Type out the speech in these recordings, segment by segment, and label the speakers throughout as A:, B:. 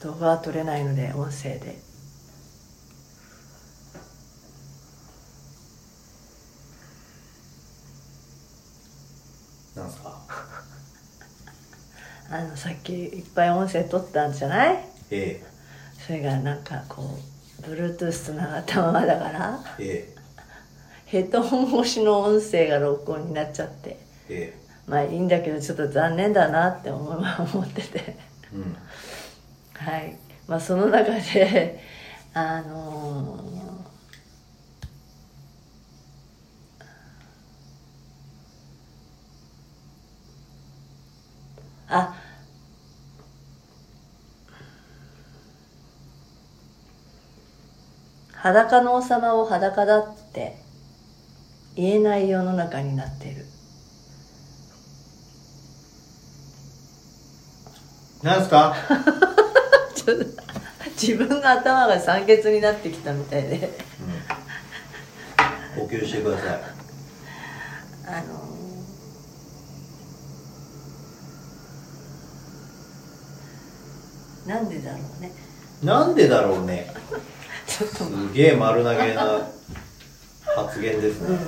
A: 動画は撮れないので音声で
B: なんすか
A: あのさっきいっぱい音声撮ったんじゃない
B: え
A: それがなんかこう Bluetooth つながったままだから
B: ええ
A: ヘッドホン越しの音声が録音になっちゃって
B: ええ
A: まあいいんだけどちょっと残念だなって思い思ってて
B: えうん
A: はいまあその中で あのーあ裸の王様を裸だって言えない世の中になっている
B: なんすか
A: ちょっと 自分の頭が酸欠になってきたみたいで
B: うん補給してください
A: あのーなんでだろうね
B: なんでだろうね
A: ちょっと
B: すげえ丸投げな発言ですね、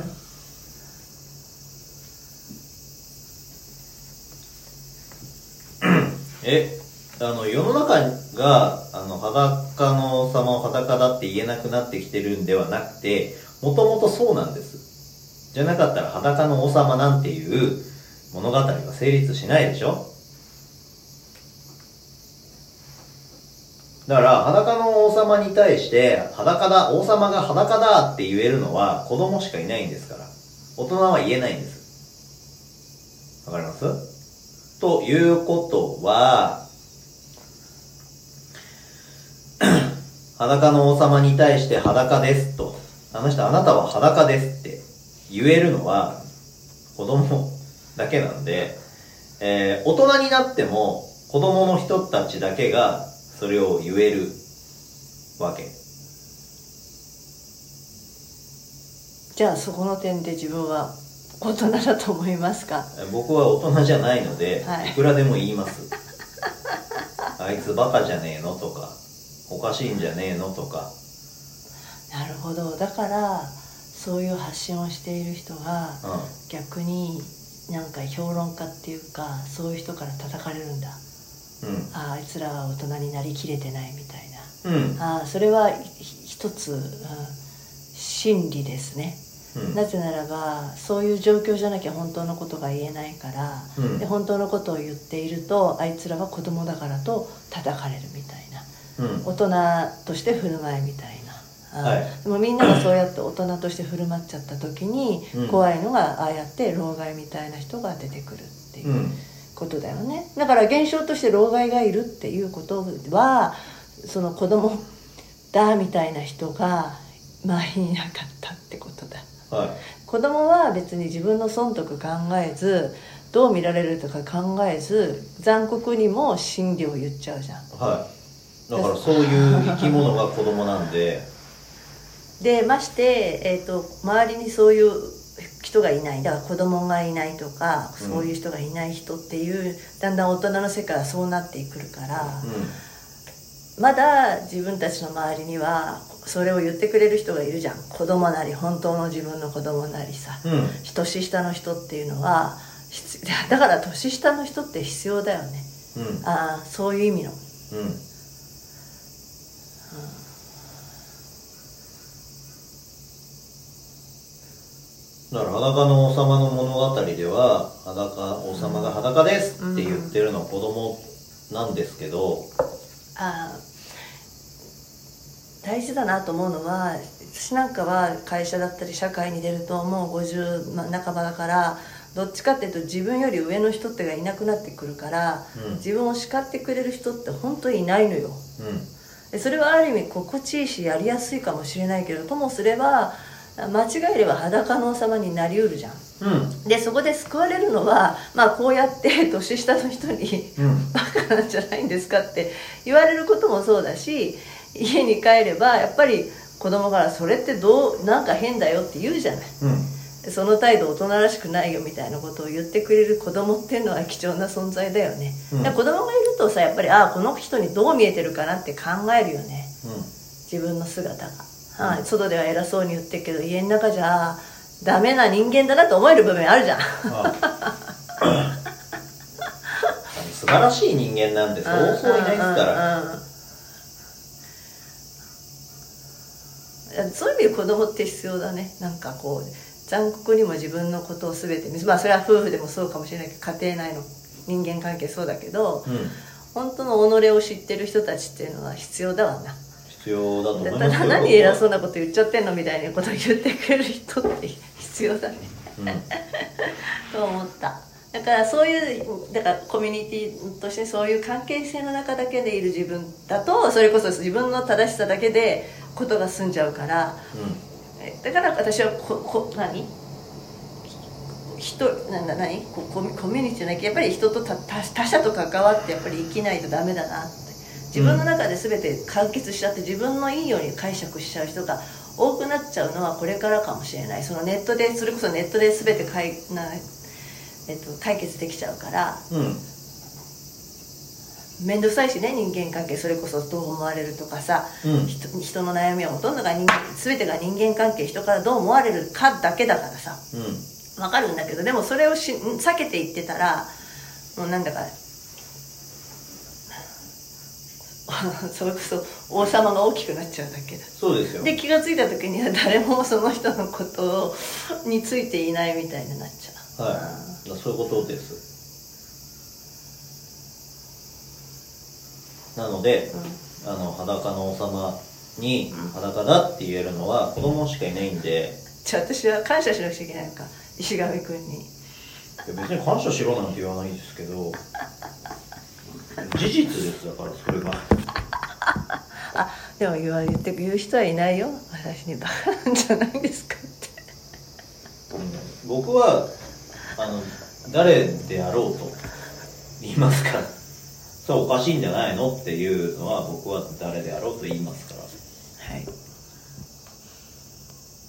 B: えあの世の中があの裸の王様を裸だって言えなくなってきてるんではなくてもともとそうなんですじゃなかったら裸の王様なんていう物語が成立しないでしょだから裸の王様に対して裸だ王様が裸だって言えるのは子供しかいないんですから大人は言えないんですわかりますということは 裸の王様に対して裸ですとあの人あなたは裸ですって言えるのは子供だけなんで、えー大人になっても子供の人たちだけがそれを言えるわけ
A: じゃあそこの点で自分は大人だと思いますか
B: 僕は大人じゃないので、
A: はい
B: い、くらでも言います あいつバカじゃねえのとかおかしいんじゃねえのとか
A: なるほどだからそういう発信をしている人が
B: うん
A: 逆になんか評論家っていうかそういう人から叩かれるんだ
B: うん
A: あああいつらは大人になりきれてないみたいな
B: うん
A: ああそれはひ一つ、うん、真理ですね、
B: うん
A: なぜならばそういう状況じゃなきゃ本当のことが言えないから、
B: うん
A: で本当のことを言っているとあいつらは子供だからと叩かれるみたいな
B: うん
A: 大人として振る舞いみたいな。ああ
B: はい
A: でもみんながそうやって大人として振る舞っちゃった時に、
B: うん
A: 怖いのがああやって老害みたいな人が出てくるっていうう。
B: ん
A: ことだよねだから現象として老害がいるっていうことはその子供だみたいな人が周りにいなかったってことだ
B: は
A: 子供は別に自分の損得考えずどう見られるとか考えず残酷にも真理を言っちゃうじゃん
B: いはいだからそういう生き物が子供なんで
A: でまして、えー、と周りにそういう人がいないだから子供がいないとか
B: うん
A: そういう人がいない人っていう、だんだん大人の世界はそうなってくるから、
B: う
A: まだ自分たちの周りにはそれを言ってくれる人がいるじゃん子供なり本当の自分の子供なりさ
B: んうん
A: 年下の人っていうのは必 だから年下の人って必要だよね
B: うん
A: ああそういう意味の
B: うんだから裸の王様の物語では裸王様が裸ですって言ってるのは子供なんですけど、
A: ああ大事だなと思うのは私なんかは会社だったり社会に出るともう50ま半ばだからどっちかっていうと自分より上の人ってがいなくなってくるから、
B: うん
A: 自分を叱ってくれる人って本当にいないのよ
B: う
A: でそれはある意味心地いいしやりやすいかもしれないけどともすれば間違えれば裸の王様になりうるじゃん
B: ん、
A: でそこで救われるのは、まあ、こうやって 年下の人に
B: うん、うん、
A: バカなんじゃないんですかって言われることもそうだし家に帰ればやっぱり子供から「それってどうなんか変だよ」って言うじゃない
B: うん、
A: その態度大人らしくないよみたいなことを言ってくれる子供っていうのは貴重な存在だよね、
B: うん
A: だから子供がいるとさやっぱりああこの人にどう見えてるかなって考えるよね自分の姿が、はい、外では偉そうに言ってるけど家の中じゃあダメな人間だなと思える部分あるじゃん
B: あ素晴らしい人間なんでそうそういないですから
A: うんうんうんそういう意味で子供って必要だねなんかこう残酷にも自分のことを全て見せまあそれは夫婦でもそうかもしれないけど家庭内の人間関係そうだけど、
B: うん
A: 本当の己を知ってる人たちっていうのは必要だわな
B: 必要だと思い
A: だ
B: ま
A: か
B: す
A: ら何偉そううなこと言っちゃってんのみたいなことを言ってくれる人って必要だね
B: んうん
A: と思っただからそういうだからコミュニティとしてそういう関係性の中だけでいる自分だとそれこそ自分の正しさだけでことが済んじゃうからえだから私はここ何人なんだ何こコミコミュニティじゃないけどやっぱり人と他他他者と関わってやっぱり生きないとダメだなって自分の中で全て完結しちゃって自分のいいように解釈しちゃう人が多くなっちゃうのはこれからかもしれないそのネットでそれこそネットで全て解な、えっと、解決できちゃうから
B: うんうん
A: 面倒くさいしね人間関係それこそどう思われるとかさ
B: うん
A: 人人の悩みはほとんどが人間全てが人間関係人からどう思われるかだけだからさ
B: うん
A: わかるんだけどでもそれをし避けていってたらもうなんだか それこそ王様が大きくなっちゃうだけだ
B: そうですよ
A: で気が付いた時には誰もその人のことをについていないみたいになっちゃう、
B: はいそういうことですなので、あの裸の王様に裸だって言えるのは子供しかいないんで
A: じゃあ私は感謝しなくちゃいけないのか石上君に
B: いや別に感謝しろなんて言わないんですけど事実ですだからそれが
A: あでも言わ言って言う人はいないよ私にバカなんじゃないですかって
B: うん僕はあの誰であろうと言いますからそれはおかしいんじゃないのっていうのは僕は誰であろうと言いますから
A: はい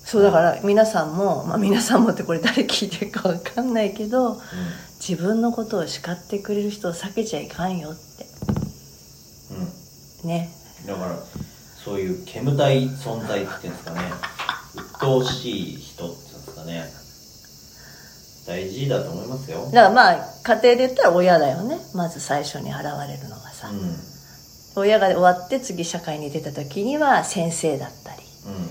A: そうだから皆さんも、まあ、皆さんもってこれ誰聞いてるかわかんないけど自分のことを叱ってくれる人を避けちゃいかんよっ
B: うん、うん
A: てね
B: だからそういう煙たい存在っていうんですかね鬱陶しい人っていうんですかね大事だと思いますよ
A: だからまあ家庭で言ったら親だよねまず最初に現れるのがさ、
B: う
A: 親が終わって次社会に出た時には先生だったり
B: ん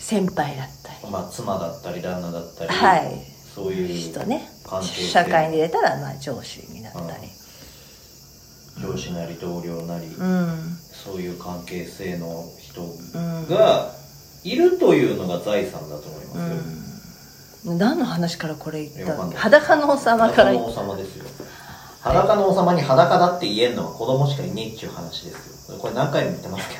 A: 先輩だったり
B: うんまあ妻だったり旦那だったり、
A: はい
B: そういう
A: 人ね
B: 関係性
A: 社会に出たらまあ上司になったり
B: 上司なり同僚なり、
A: うん
B: そういう関係性の人
A: うん
B: がいるというのが財産だと思いますよ、
A: 何の話からこれ言った
B: いやわか
A: の
B: んない
A: 裸の王様から
B: 裸の王様ですよ裸の王様に裸だって言えるのは子供しかいねえっちゅう話ですよこれ何回も言ってますけ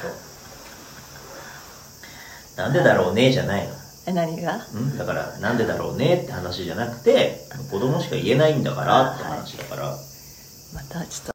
B: ど なんでだろうねじゃないの
A: え何が
B: んだからなんでだろうねって話じゃなくて子供しか言えないんだからって話だから、
A: またちょっと